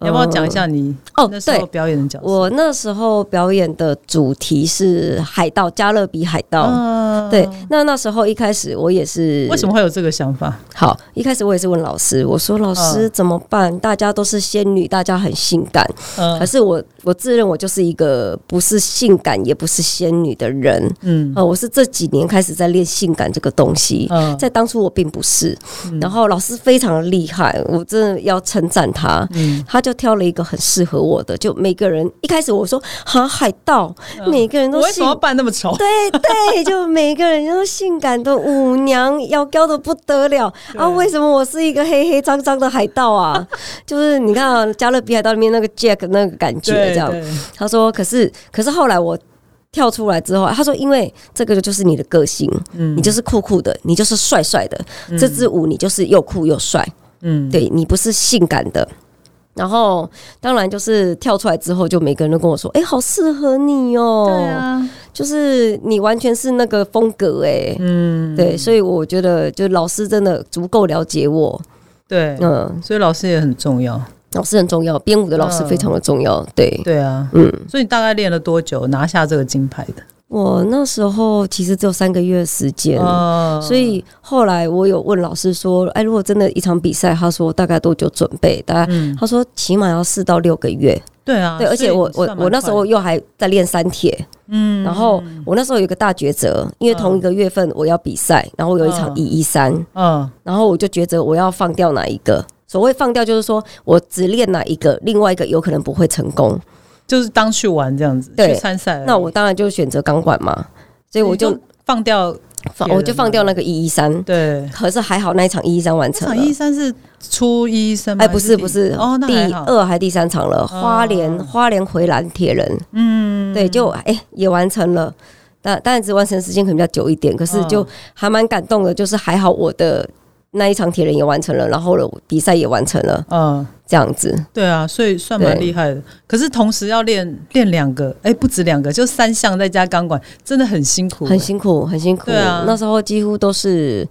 [SPEAKER 1] 你要不要讲一下你
[SPEAKER 2] 哦
[SPEAKER 1] 那时候
[SPEAKER 2] 对
[SPEAKER 1] 表演的角色？
[SPEAKER 2] 我那时候表演的主题是海盗，加勒比海盗。
[SPEAKER 1] 嗯
[SPEAKER 2] 对，那那时候一开始我也是
[SPEAKER 1] 为什么会有这个想法？
[SPEAKER 2] 好？一开始我也是问老师，我说老
[SPEAKER 1] 啊
[SPEAKER 2] 师怎么办？大家都是仙女，大家很性感，可
[SPEAKER 1] 嗯
[SPEAKER 2] 是我我自认我就是一个不是性感也不是仙女的人。
[SPEAKER 1] 嗯
[SPEAKER 2] 呃，我是这几年开始在练性感这个东西，
[SPEAKER 1] 嗯
[SPEAKER 2] 在当初我并不是。然后老师非常的厉害，我真的要称赞他。
[SPEAKER 1] 嗯
[SPEAKER 2] 他就挑了一个很适合我的，就每个人一开始我说哈海盗，每个人
[SPEAKER 1] 我
[SPEAKER 2] 都
[SPEAKER 1] 嗯为什
[SPEAKER 2] 性
[SPEAKER 1] 么要扮那么丑？
[SPEAKER 2] 对 对，就每个人都性感的舞娘，妖娇的不得了啊！为什么我是一个黑黑脏脏的海盗啊？ 就是你看啊，《加勒比海盗》里面那个 Jack 那个感觉这样。
[SPEAKER 1] 对
[SPEAKER 2] 他说，可是可是后来我。跳出来之后，啊他说：“因为这个就是你的个性，
[SPEAKER 1] 嗯
[SPEAKER 2] 你就是酷酷的，你就是帅帅的。这支舞你就是又酷又帅，
[SPEAKER 1] 嗯，
[SPEAKER 2] 对你不是性感的。然后当然就是跳出来之后，就每个人都跟我说：‘哎、好适合你哦、
[SPEAKER 1] 对啊，
[SPEAKER 2] 就是你完全是那个风格哎、
[SPEAKER 1] 嗯，
[SPEAKER 2] 对，所以我觉得就老师真的足够了解我，
[SPEAKER 1] 对，
[SPEAKER 2] 嗯，
[SPEAKER 1] 所以老师也很重要。
[SPEAKER 2] 老师很重要，编舞的老师非常的重要，对，
[SPEAKER 1] 嗯对啊，
[SPEAKER 2] 嗯，
[SPEAKER 1] 所以你大概练了多久拿下这个金牌的？
[SPEAKER 2] 我那时候其实只有三个月时间。
[SPEAKER 1] 哦
[SPEAKER 2] 所以后来我有问老师说：“哎，如果真的一场比赛，他说大概多久准备？大概、
[SPEAKER 1] 嗯
[SPEAKER 2] 他说起码要四到六个月。
[SPEAKER 1] 对啊，
[SPEAKER 2] 对，而且我我我那时候又还在练三铁，
[SPEAKER 1] 嗯
[SPEAKER 2] 然后我那时候有一个大抉择，因为同一个月份我要比赛，然后我有一场
[SPEAKER 1] 嗯
[SPEAKER 2] 一一三，
[SPEAKER 1] 嗯
[SPEAKER 2] 然后我就觉得我要放掉哪一个。所谓放掉，就是说我只练哪一个，另外一个有可能不会成功。
[SPEAKER 1] 就是当去玩这样子，去
[SPEAKER 2] 对
[SPEAKER 1] 参赛而已。
[SPEAKER 2] 那我当然就选择钢管嘛，所以我就
[SPEAKER 1] 你放掉，
[SPEAKER 2] 放，
[SPEAKER 1] 别人
[SPEAKER 2] 我就放掉那个一一三。
[SPEAKER 1] 对。
[SPEAKER 2] 可是还好那一场一一三完
[SPEAKER 1] 那
[SPEAKER 2] 成
[SPEAKER 1] 场
[SPEAKER 2] 了
[SPEAKER 1] 一。三是初一三吗，
[SPEAKER 2] 哎，不
[SPEAKER 1] 还
[SPEAKER 2] 是
[SPEAKER 1] 第
[SPEAKER 2] 不是，
[SPEAKER 1] 哦，那
[SPEAKER 2] 第
[SPEAKER 1] 还好，哦
[SPEAKER 2] 二还第三场了，花莲花莲回蓝铁人，嗯，对，就哎也完成了，但当然只完成时间可能比较久一点，可是
[SPEAKER 1] 嗯
[SPEAKER 2] 就还蛮感动的，就是还好我的那一场铁人也完成了，然后了比赛也完成了，
[SPEAKER 1] 嗯，
[SPEAKER 2] 这样子，
[SPEAKER 1] 对啊，所以算蛮
[SPEAKER 2] 对
[SPEAKER 1] 厉害的。可是同时要练练两个，哎，不止两个，就三项再加钢管，真的很辛苦。欸
[SPEAKER 2] 很辛苦，很辛苦。
[SPEAKER 1] 对啊
[SPEAKER 2] 那时候几乎都是，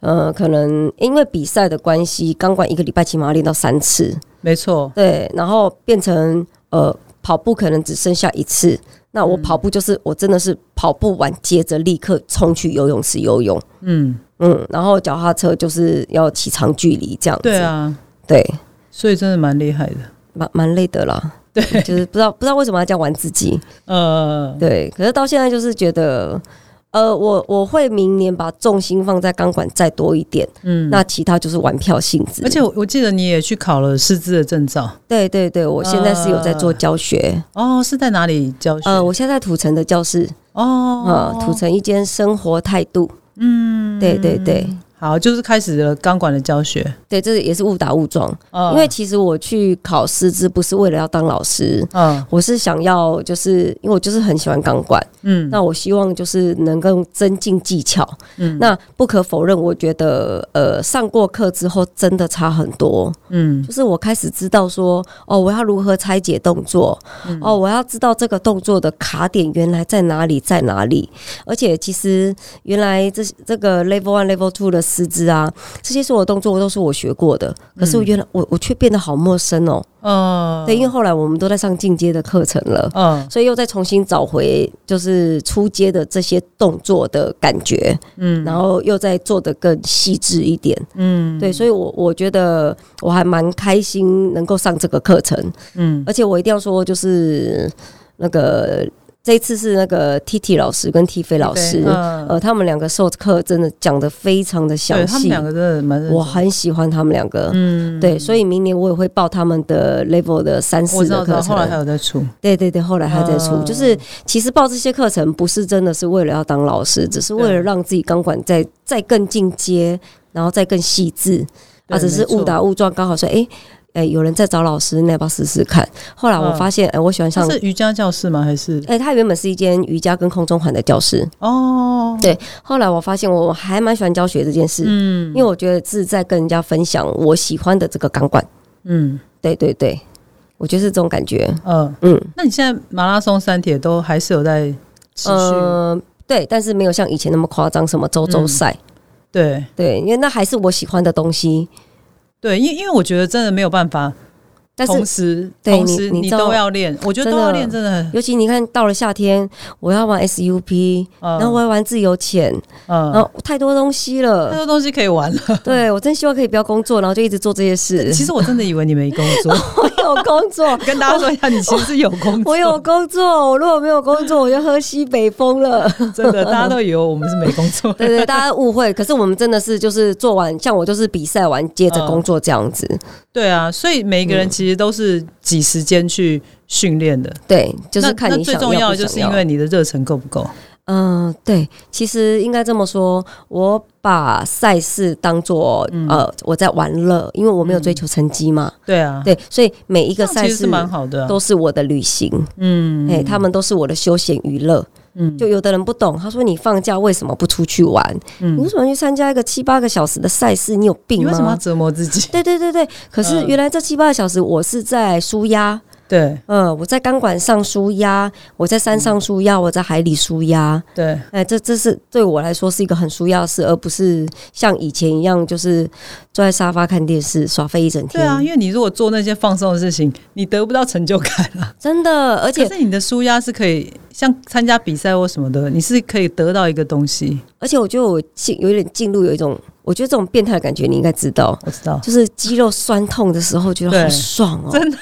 [SPEAKER 2] 呃，可能因为比赛的关系，钢管一个礼拜起码要练到三次，
[SPEAKER 1] 没错，
[SPEAKER 2] 对，然后变成呃跑步可能只剩下一次。那
[SPEAKER 1] 嗯
[SPEAKER 2] 我跑步就是、我真的是跑步完，接着立刻冲去游泳池游泳，
[SPEAKER 1] 嗯，
[SPEAKER 2] 嗯，然后脚踏车就是要骑长距离这样子，
[SPEAKER 1] 对，啊，
[SPEAKER 2] 对，
[SPEAKER 1] 所以真的蛮厉害的。
[SPEAKER 2] 蛮蛮累的啦，
[SPEAKER 1] 对，
[SPEAKER 2] 就是不知道不知道为什么要这样玩自己，
[SPEAKER 1] 呃，
[SPEAKER 2] 对，可是到现在就是觉得，呃，我我会明年把重心放在钢管再多一点，
[SPEAKER 1] 嗯，
[SPEAKER 2] 那其他就是玩票性质。
[SPEAKER 1] 而且我我记得你也去考了师资的证照，
[SPEAKER 2] 对对对，我现在是有在
[SPEAKER 1] 呃
[SPEAKER 2] 做教学，
[SPEAKER 1] 哦，是在哪里教学？
[SPEAKER 2] 呃，我现在在土城的教室，
[SPEAKER 1] 哦
[SPEAKER 2] 啊、，土城一间生活态度，嗯，对对对
[SPEAKER 1] 好，就是开始了钢管的教学，
[SPEAKER 2] 对，这也是误打误撞，
[SPEAKER 1] 呃
[SPEAKER 2] 因为其实我去考师资不是为了要当老师。
[SPEAKER 1] 嗯
[SPEAKER 2] 我是想要，就是因为我就是很喜欢钢管，
[SPEAKER 1] 嗯
[SPEAKER 2] 那我希望就是能够增进技巧。
[SPEAKER 1] 嗯
[SPEAKER 2] 那不可否认，我觉得呃，上过课之后真的差很多。
[SPEAKER 1] 嗯
[SPEAKER 2] 就是我开始知道说，哦，我要如何拆解动作，
[SPEAKER 1] 嗯
[SPEAKER 2] 哦，我要知道这个动作的卡点原来在哪里，在哪里。而且其实原来这这个 level one、level two 的师资啊，这些所有动作都是我学过的，
[SPEAKER 1] 嗯
[SPEAKER 2] 可是我原来我我却变得好陌生哦。
[SPEAKER 1] 呃
[SPEAKER 2] 对，因为后来我们都在上进阶的课程了。
[SPEAKER 1] 嗯
[SPEAKER 2] 所以又再重新找回就是出街的这些动作的感觉，嗯，然后又再做的更细致一点，
[SPEAKER 1] 嗯
[SPEAKER 2] 对，所以我我觉得我还蛮开心能够上这个课程，
[SPEAKER 1] 嗯
[SPEAKER 2] 而且我一定要说就是那个这一次是那个 T T 老师跟 T 飞老师，
[SPEAKER 1] 嗯
[SPEAKER 2] 呃，他们两个授课真的讲的非常的
[SPEAKER 1] 对
[SPEAKER 2] 详
[SPEAKER 1] 他们
[SPEAKER 2] 细，
[SPEAKER 1] 两个真的蛮认
[SPEAKER 2] 我
[SPEAKER 1] 真
[SPEAKER 2] 很喜欢他们两个，
[SPEAKER 1] 嗯
[SPEAKER 2] 对，所以明年我也会报他们的 level 的三
[SPEAKER 1] 我
[SPEAKER 2] 四
[SPEAKER 1] 知道，
[SPEAKER 2] 的
[SPEAKER 1] 知
[SPEAKER 2] 课
[SPEAKER 1] 道，
[SPEAKER 2] 程
[SPEAKER 1] 后。来还有在出，
[SPEAKER 2] 对对对，后来还在出，
[SPEAKER 1] 嗯
[SPEAKER 2] 就是其实报这些课程不是真的是为了要当老师，只是为了
[SPEAKER 1] 嗯对
[SPEAKER 2] 让自己钢管再再更进阶，然后再更细致，啊，
[SPEAKER 1] 对
[SPEAKER 2] 只是
[SPEAKER 1] 没错
[SPEAKER 2] 误打误撞，刚好说，诶，诶，有人在找老师，那要不要试试看？后来我
[SPEAKER 1] 嗯
[SPEAKER 2] 发现，诶，我喜欢
[SPEAKER 1] 他
[SPEAKER 2] 上，
[SPEAKER 1] 是瑜伽教室吗？还是
[SPEAKER 2] 诶，它原本是一间瑜伽跟空中环的教室，
[SPEAKER 1] 哦？
[SPEAKER 2] 对后来我发现我还蛮喜欢教学这件事，
[SPEAKER 1] 嗯
[SPEAKER 2] 因为我觉得是在跟人家分享我喜欢的这个钢管，
[SPEAKER 1] 嗯
[SPEAKER 2] 对对对，我就是这种感觉，
[SPEAKER 1] 呃，
[SPEAKER 2] 嗯。
[SPEAKER 1] 那你现在马拉松、三铁都还是有在持续？嗯
[SPEAKER 2] 呃，对，但是没有像以前那么夸张，什么周周赛，
[SPEAKER 1] 对
[SPEAKER 2] 对，因为那还是我喜欢的东西。
[SPEAKER 1] 对，因因为我觉得真的没有办法，
[SPEAKER 2] 但
[SPEAKER 1] 同
[SPEAKER 2] 是，
[SPEAKER 1] 时
[SPEAKER 2] 对
[SPEAKER 1] 同
[SPEAKER 2] 你
[SPEAKER 1] 时
[SPEAKER 2] 你
[SPEAKER 1] 你
[SPEAKER 2] 知道
[SPEAKER 1] 都要练，我觉得
[SPEAKER 2] 真
[SPEAKER 1] 都
[SPEAKER 2] 的
[SPEAKER 1] 要练，真的很。
[SPEAKER 2] 尤其你看到了夏天，我要玩 SUP，、
[SPEAKER 1] 呃
[SPEAKER 2] 然后我要玩自由潜，
[SPEAKER 1] 嗯
[SPEAKER 2] 然后太多东西
[SPEAKER 1] 太
[SPEAKER 2] 了。
[SPEAKER 1] 多东西可以玩了。
[SPEAKER 2] 对我真希望可以不要工作，然后就一直做这些 事。
[SPEAKER 1] 其实我真的以为你没工 作，，
[SPEAKER 2] 我有工作
[SPEAKER 1] 跟大家说一下，你其实有工作，
[SPEAKER 2] 哦 我有工作，我如果没有工作，我就喝西北风了。
[SPEAKER 1] 真的，大家都以为我们是没工作。
[SPEAKER 2] 对对，大家误会。可是我们真的是就是做完，像我就是比赛完接着
[SPEAKER 1] 嗯
[SPEAKER 2] 工作这样子。嗯
[SPEAKER 1] 对啊，所以每一个人其其实都是挤时间去训练的，
[SPEAKER 2] 对，就是
[SPEAKER 1] 那
[SPEAKER 2] 看
[SPEAKER 1] 那
[SPEAKER 2] 你
[SPEAKER 1] 最
[SPEAKER 2] 想
[SPEAKER 1] 重
[SPEAKER 2] 要
[SPEAKER 1] 要
[SPEAKER 2] 不
[SPEAKER 1] 的就
[SPEAKER 2] 想
[SPEAKER 1] 是因为你的热忱够不够。
[SPEAKER 2] 嗯，对，其实应该这么说，我把赛事当做、
[SPEAKER 1] 嗯
[SPEAKER 2] 呃我在玩乐，因为我没有追求成绩嘛，
[SPEAKER 1] 对啊，
[SPEAKER 2] 对，所以每一
[SPEAKER 1] 嗯这
[SPEAKER 2] 个
[SPEAKER 1] 样
[SPEAKER 2] 赛
[SPEAKER 1] 其实是
[SPEAKER 2] 事
[SPEAKER 1] 蛮好的啊、
[SPEAKER 2] 都是我的旅行，
[SPEAKER 1] 嗯
[SPEAKER 2] 哎、他们都是我的休闲娱乐。
[SPEAKER 1] 嗯
[SPEAKER 2] 就有的人不懂，他说你放假为什么不出去玩？你为
[SPEAKER 1] 嗯，
[SPEAKER 2] 什么去参加一个七八个小时的赛事？你有病
[SPEAKER 1] 你为什么要
[SPEAKER 2] 吗？
[SPEAKER 1] 折磨自己？
[SPEAKER 2] 对对对对，可是
[SPEAKER 1] 嗯
[SPEAKER 2] 原来这七八个小时我是在舒压，
[SPEAKER 1] 对
[SPEAKER 2] 嗯，我在钢管上舒压，我在山
[SPEAKER 1] 嗯
[SPEAKER 2] 上舒压，我在海里舒压，
[SPEAKER 1] 对，
[SPEAKER 2] 哎，这这是对我来说是一个很舒压的事，而不是像以前一样就是坐在沙发看电视耍废一整
[SPEAKER 1] 对
[SPEAKER 2] 天。
[SPEAKER 1] 啊，因为你如果做那些放松的事情，你得不到成就感啊。
[SPEAKER 2] 真的，而
[SPEAKER 1] 可
[SPEAKER 2] 且
[SPEAKER 1] 是你的舒压是可以像参加比赛或什么的，你是可以得到一个东西。
[SPEAKER 2] 而且我觉得我进有点进入有一种，我觉得这种变态的感觉你应该知道，
[SPEAKER 1] 我知道，
[SPEAKER 2] 就是肌肉酸痛的时候觉
[SPEAKER 1] 对
[SPEAKER 2] 得好爽哦，
[SPEAKER 1] 真的。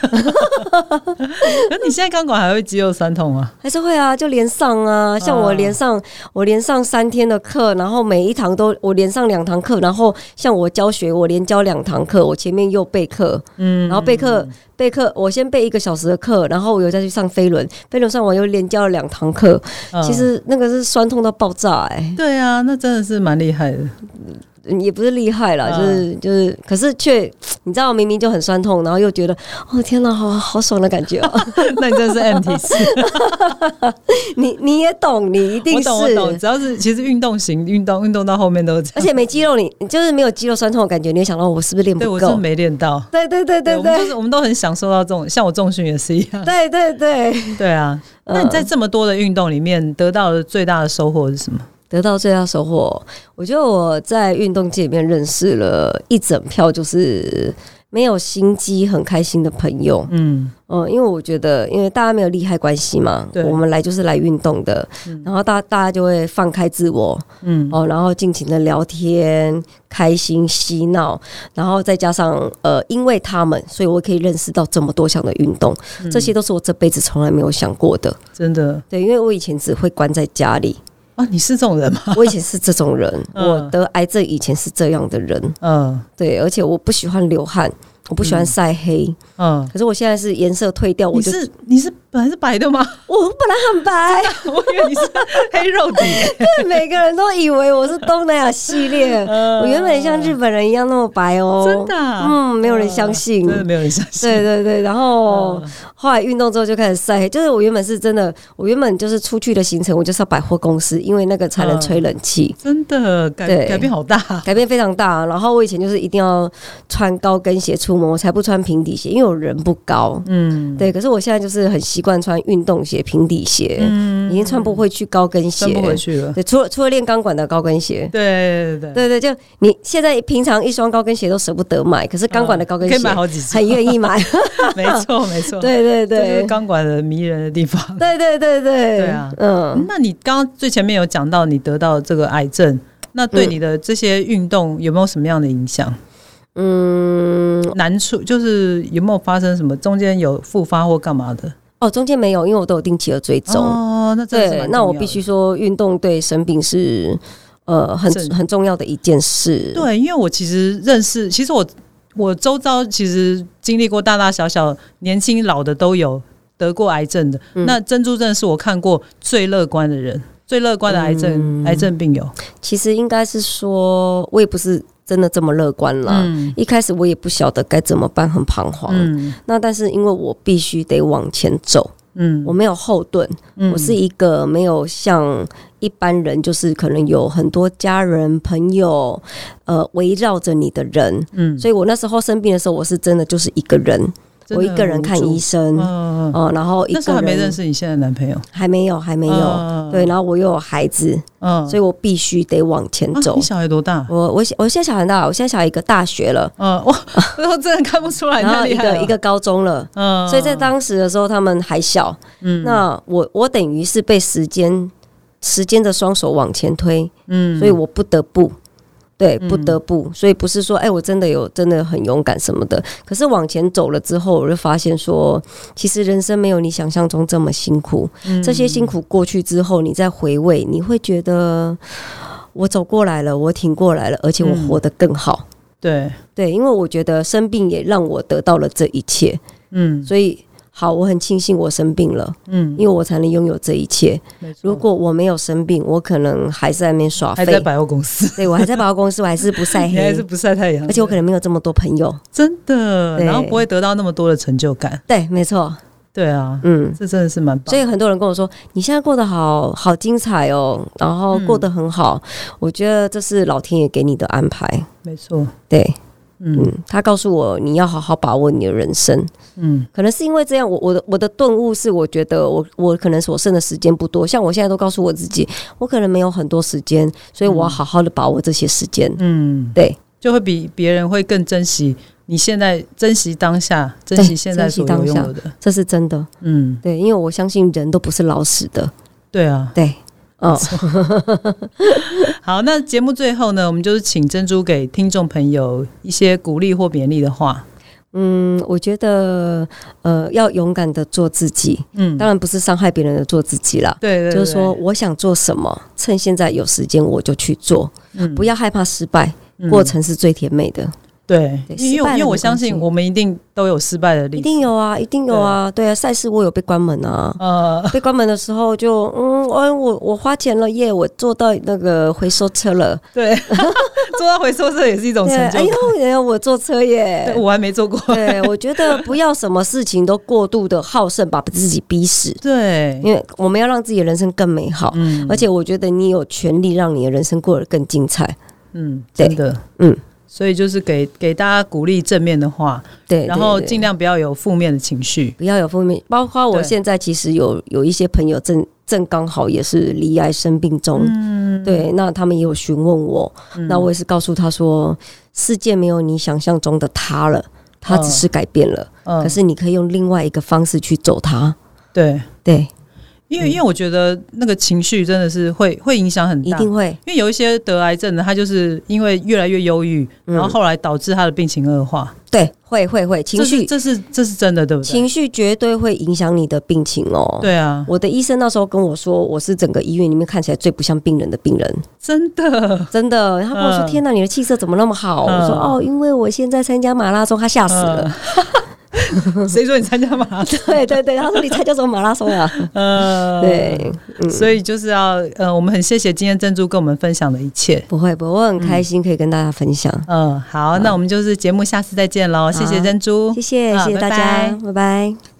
[SPEAKER 1] 可是你现在钢管还会肌肉酸痛吗？
[SPEAKER 2] 还是会啊，就连上
[SPEAKER 1] 嗯
[SPEAKER 2] 啊，像我连上、我连上三天的课，然后每一堂都我连上两堂课，然后像我教学我连教两堂课，我前面又备课，
[SPEAKER 1] 嗯
[SPEAKER 2] 然后备课备课，我先备一个小时的课，然后我又再去上飞轮，飞轮上完又连教了两堂课，
[SPEAKER 1] 嗯
[SPEAKER 2] 其实那个是酸痛到爆炸哎、
[SPEAKER 1] 对啊，那真的是蛮厉害的。
[SPEAKER 2] 嗯也不是厉害啦，
[SPEAKER 1] 嗯
[SPEAKER 2] 就是就是，可是却你知道明明就很酸痛，然后又觉得哦天哪，好好爽的感觉 哦、
[SPEAKER 1] 那你真的是 M T 四，
[SPEAKER 2] 你你也懂，你一定
[SPEAKER 1] 我
[SPEAKER 2] 是。
[SPEAKER 1] 懂我懂，只要是其实运动型运动运动到后面都是这
[SPEAKER 2] 而
[SPEAKER 1] 样。
[SPEAKER 2] 且没肌肉你，你就是没有肌肉酸痛的感觉，你会想到我是不是练
[SPEAKER 1] 对
[SPEAKER 2] 不
[SPEAKER 1] 我真的
[SPEAKER 2] 够？
[SPEAKER 1] 没练到。
[SPEAKER 2] 对对对对
[SPEAKER 1] 我们就
[SPEAKER 2] 对
[SPEAKER 1] 是我们都很享受到这种，像我重训也是一 样。
[SPEAKER 2] 对对对，
[SPEAKER 1] 对啊， 那
[SPEAKER 2] 嗯
[SPEAKER 1] 你在这么多的运动里面得到的最大的收获是什么？
[SPEAKER 2] 得到最大收获，我觉得我在运动界里面认识了一整票，就是没有心机、很开心的朋友。
[SPEAKER 1] 嗯，
[SPEAKER 2] 嗯，因为我觉得，因为大家没有利害关系嘛
[SPEAKER 1] 对，
[SPEAKER 2] 我们来就是来运动的，然后大大家就会放开自我，
[SPEAKER 1] 嗯
[SPEAKER 2] 哦，然后尽情的聊天、开心、嬉闹，然后再加上呃，因为他们，所以我可以认识到这么多项的运动，
[SPEAKER 1] 嗯
[SPEAKER 2] 这些都是我这辈子从来没有想过的。
[SPEAKER 1] 真的
[SPEAKER 2] 对，因为我以前只会关在 家里，
[SPEAKER 1] 啊，你是这种人吗？
[SPEAKER 2] 我以前是这种人，
[SPEAKER 1] 嗯
[SPEAKER 2] 我得癌症以前是这样的人，
[SPEAKER 1] 嗯
[SPEAKER 2] 对，而且我不喜欢流汗，我不喜欢晒黑，
[SPEAKER 1] 嗯，
[SPEAKER 2] 可是我现在是颜色褪掉，我
[SPEAKER 1] 你
[SPEAKER 2] 就是
[SPEAKER 1] 你是本来是白的吗？
[SPEAKER 2] 我本来很 白，
[SPEAKER 1] 我以为你是黑肉 底。
[SPEAKER 2] 每个人都以为我是东南亚系列，我原本像日本人一样那么白哦，
[SPEAKER 1] 呃嗯真的啊哦
[SPEAKER 2] 嗯，没有人相信。
[SPEAKER 1] 真的没有人相信。
[SPEAKER 2] 对对对，然后
[SPEAKER 1] 嗯
[SPEAKER 2] 后来运动之后就开始晒黑，就是我原本是真的，我原本就是出去的行程，我就是要百货公司，因为那个才能吹冷气，
[SPEAKER 1] 真的改
[SPEAKER 2] 对
[SPEAKER 1] 改变好大。
[SPEAKER 2] 改变非常大。然后我以前就是一定要穿高跟鞋出门，我才不穿平底鞋，因为我人不高。
[SPEAKER 1] 嗯，
[SPEAKER 2] 对，可是我现在就是很习惯穿运动鞋、平底鞋，
[SPEAKER 1] 嗯
[SPEAKER 2] 已经穿不回去高跟鞋
[SPEAKER 1] 穿。不回去嗯了。
[SPEAKER 2] 对，除了除了练钢管的高跟鞋，
[SPEAKER 1] 对对对
[SPEAKER 2] 对对，就你现在平常一双高跟鞋都舍不得买，可是钢管的高跟
[SPEAKER 1] 嗯哦可以
[SPEAKER 2] 鞋
[SPEAKER 1] 买好几双
[SPEAKER 2] 很，愿意买。
[SPEAKER 1] 没错没错。，
[SPEAKER 2] 对
[SPEAKER 1] 这
[SPEAKER 2] 对
[SPEAKER 1] 就是
[SPEAKER 2] 对，
[SPEAKER 1] 钢管的迷人的地方。
[SPEAKER 2] 对对对对，
[SPEAKER 1] 对啊
[SPEAKER 2] 嗯，
[SPEAKER 1] 那你刚刚最前面有讲到你得到这个癌症，那对你的这些运动有没有什么样的影响？嗯，难处就是有没有发生什么中间有复发或干嘛的？
[SPEAKER 2] 哦，中间没有，因为我都有定期的追踪。
[SPEAKER 1] 哦，那真的是
[SPEAKER 2] 对
[SPEAKER 1] 蛮，
[SPEAKER 2] 那我
[SPEAKER 1] 重要的
[SPEAKER 2] 必须说，运动对生病是呃很
[SPEAKER 1] 是
[SPEAKER 2] 很重要的一件事。
[SPEAKER 1] 对，因为我其实认识，其实我我周遭其实经历过大大小小、年轻老的都有得过癌症的。
[SPEAKER 2] 嗯
[SPEAKER 1] 那珍珠真的是我看过最乐观的人，最乐观的癌症、
[SPEAKER 2] 嗯
[SPEAKER 1] 癌症病友。
[SPEAKER 2] 其实应该是说，我也不是真的这么乐观啦。
[SPEAKER 1] 嗯
[SPEAKER 2] 一开始我也不晓得该怎么办，很彷徨。
[SPEAKER 1] 嗯
[SPEAKER 2] 那但是因为我必须得往前走，
[SPEAKER 1] 嗯
[SPEAKER 2] 我没有后盾，
[SPEAKER 1] 嗯
[SPEAKER 2] 我是一个没有像一般人，就是可能有很多家人朋友，呃，围绕着你的人。
[SPEAKER 1] 嗯
[SPEAKER 2] 所以我那时候生病的时候，我是真的就是一个人，我一个人看医。
[SPEAKER 1] 真
[SPEAKER 2] 生
[SPEAKER 1] 的很无助嗯，嗯嗯
[SPEAKER 2] 哦、然后一
[SPEAKER 1] 那时候
[SPEAKER 2] 个
[SPEAKER 1] 还没
[SPEAKER 2] 人
[SPEAKER 1] 认识你现在的男朋友，
[SPEAKER 2] 还没有，还没有，
[SPEAKER 1] 嗯
[SPEAKER 2] 对，，然后我又有孩子，
[SPEAKER 1] 嗯
[SPEAKER 2] 所以我必须得往前
[SPEAKER 1] 啊
[SPEAKER 2] 走。
[SPEAKER 1] 你小孩多大？
[SPEAKER 2] 我我我现在小很大，我现在小孩一个大学了，
[SPEAKER 1] 嗯，哇， 我真的看不出来，你
[SPEAKER 2] 然
[SPEAKER 1] 太
[SPEAKER 2] 后一
[SPEAKER 1] 厉害
[SPEAKER 2] 个
[SPEAKER 1] 了
[SPEAKER 2] 一，个高中了。
[SPEAKER 1] 嗯
[SPEAKER 2] 所以在当时的时候，他们还小，
[SPEAKER 1] 嗯
[SPEAKER 2] 那我我等于是被时间时间的双手往前推，
[SPEAKER 1] 嗯
[SPEAKER 2] 所以我不得不。对，不得不，所以不是说，哎、我真的有，真的很勇敢什么的。可是往前走了之后，我就发现说，其实人生没有你想象中这么辛苦。
[SPEAKER 1] 嗯
[SPEAKER 2] 这些辛苦过去之后，你再回味，你会觉得我走过来了，我挺过来了，而且我
[SPEAKER 1] 嗯
[SPEAKER 2] 活得更好。
[SPEAKER 1] 对
[SPEAKER 2] 对，因为我觉得生病也让我得到了这一切。
[SPEAKER 1] 嗯
[SPEAKER 2] 所以好，我很庆幸我生病了，
[SPEAKER 1] 嗯，
[SPEAKER 2] 因为我才能拥有这一切。
[SPEAKER 1] 没错
[SPEAKER 2] 如果我没有生病，我可能还在那边耍
[SPEAKER 1] 还在
[SPEAKER 2] 废，
[SPEAKER 1] 百货公司，
[SPEAKER 2] 对我还在百货公司，我还是不晒
[SPEAKER 1] 你还是
[SPEAKER 2] 黑，
[SPEAKER 1] 不晒太阳，
[SPEAKER 2] 而且我可能没有这么多朋友。
[SPEAKER 1] 真的，
[SPEAKER 2] 对
[SPEAKER 1] 然后不会得到那么多的成就感。
[SPEAKER 2] 对，没错，
[SPEAKER 1] 对啊，
[SPEAKER 2] 嗯。
[SPEAKER 1] 这真的是蛮棒
[SPEAKER 2] 所。以很多人跟我说：“你现在过得好好精彩哦，然后过
[SPEAKER 1] 嗯
[SPEAKER 2] 得很好。我觉得这是老天爷给你的安排。
[SPEAKER 1] 没错，
[SPEAKER 2] 对，
[SPEAKER 1] 嗯
[SPEAKER 2] 嗯，他告诉我你要好好把握你的人生。
[SPEAKER 1] 嗯
[SPEAKER 2] 可能是因为这样，我我的我的顿悟是，我觉得我我可能所剩的时间不多。像我现在都告诉我自己，我可能没有很多时间，所以我要好好的把握这些时间。
[SPEAKER 1] 嗯，
[SPEAKER 2] 对，
[SPEAKER 1] 就会比别人会更珍惜你现在，珍惜当下，珍惜现在所拥有的。
[SPEAKER 2] 这是真的。
[SPEAKER 1] 嗯，
[SPEAKER 2] 对，因为我相信人都不是老死的。
[SPEAKER 1] 对啊。
[SPEAKER 2] 对，嗯，
[SPEAKER 1] 好，那节目最后呢，我们就是请珍珠给听众朋友一些鼓励或勉励的话。
[SPEAKER 2] 嗯，我觉得呃，要勇敢的做自己，
[SPEAKER 1] 嗯，
[SPEAKER 2] 当然不是伤害别人的做自己啦。
[SPEAKER 1] 对对对，
[SPEAKER 2] 就是说，我想做什么，趁现在有时间我就去做，
[SPEAKER 1] 嗯
[SPEAKER 2] 不要害怕失败，
[SPEAKER 1] 嗯
[SPEAKER 2] 过程是最甜美的。
[SPEAKER 1] 对，
[SPEAKER 2] 对
[SPEAKER 1] 因
[SPEAKER 2] 失
[SPEAKER 1] 为
[SPEAKER 2] 败了
[SPEAKER 1] 因为我
[SPEAKER 2] 没
[SPEAKER 1] 相
[SPEAKER 2] 关系
[SPEAKER 1] 信我们一定都有失败的例
[SPEAKER 2] 一
[SPEAKER 1] 子。。
[SPEAKER 2] 定有啊，一定有啊，对啊，赛事我有被关门啊
[SPEAKER 1] 呃，
[SPEAKER 2] 被关门的时候就嗯，哎，我我花钱了耶，我坐到那个回收车了，
[SPEAKER 1] 对， 做到回收社也是一种
[SPEAKER 2] 对，
[SPEAKER 1] 成
[SPEAKER 2] 哎
[SPEAKER 1] 就感。
[SPEAKER 2] 呦，哎呦我坐车
[SPEAKER 1] 对，
[SPEAKER 2] 耶，
[SPEAKER 1] 我还没做过。
[SPEAKER 2] 对，我觉得不要什么事情都过度的好胜，把自己逼死，
[SPEAKER 1] 对，
[SPEAKER 2] 因为我们要让自己的人生更美好，
[SPEAKER 1] 嗯
[SPEAKER 2] 而且我觉得你有权利让你的人生过得更精彩，
[SPEAKER 1] 嗯，
[SPEAKER 2] 对
[SPEAKER 1] 真的，
[SPEAKER 2] 嗯，
[SPEAKER 1] 所以就是给给大家鼓励正面的话，
[SPEAKER 2] 对，
[SPEAKER 1] 然后
[SPEAKER 2] 对对
[SPEAKER 1] 尽量不要有负面的情绪。
[SPEAKER 2] 不要有负面，包括我
[SPEAKER 1] 对
[SPEAKER 2] 现在其实有有一些朋友正正刚好也是离癌生病中，
[SPEAKER 1] 嗯
[SPEAKER 2] 对，那他们也有询问我，那我也是告诉他说，世界没有你想象中的他了，他只是改变了，
[SPEAKER 1] 嗯，
[SPEAKER 2] 可是你可以用另外一个方式去走他，
[SPEAKER 1] 对，
[SPEAKER 2] 对，
[SPEAKER 1] 因为因为我觉得那个情绪真的是会会影响很
[SPEAKER 2] 一
[SPEAKER 1] 大。
[SPEAKER 2] 定会，
[SPEAKER 1] 因为有一些得癌症的，他就是因为越来越忧郁，
[SPEAKER 2] 嗯
[SPEAKER 1] 然后后来导致他的病情恶化。
[SPEAKER 2] 对，会会会，情绪
[SPEAKER 1] 这是这是这是真的，对不对？
[SPEAKER 2] 情绪绝对会影响你的病情哦。
[SPEAKER 1] 对啊，
[SPEAKER 2] 我的医生那时候跟我说，我是整个医院里面看起来最不像病人的病人，
[SPEAKER 1] 真的，
[SPEAKER 2] 真的。他跟我
[SPEAKER 1] 嗯
[SPEAKER 2] 说：“天哪，你的气色怎么那么好？”
[SPEAKER 1] 嗯
[SPEAKER 2] 我说：“哦，因为我现在参加马拉松，他吓死了。
[SPEAKER 1] 嗯谁说你参加马拉松？
[SPEAKER 2] 对对对，他说：“你参加什么马拉松啊？”
[SPEAKER 1] 呃，
[SPEAKER 2] 对，嗯
[SPEAKER 1] 所以就是要呃，我们很谢谢今天珍珠跟我们分享的一切。
[SPEAKER 2] 不会不会，我很开心可以跟大家分享。
[SPEAKER 1] 嗯嗯，好，那我们就是节目下次再见喽，谢谢
[SPEAKER 2] 好
[SPEAKER 1] 珍珠，
[SPEAKER 2] 谢谢
[SPEAKER 1] 啊
[SPEAKER 2] 谢谢大
[SPEAKER 1] 拜拜
[SPEAKER 2] 家，拜拜。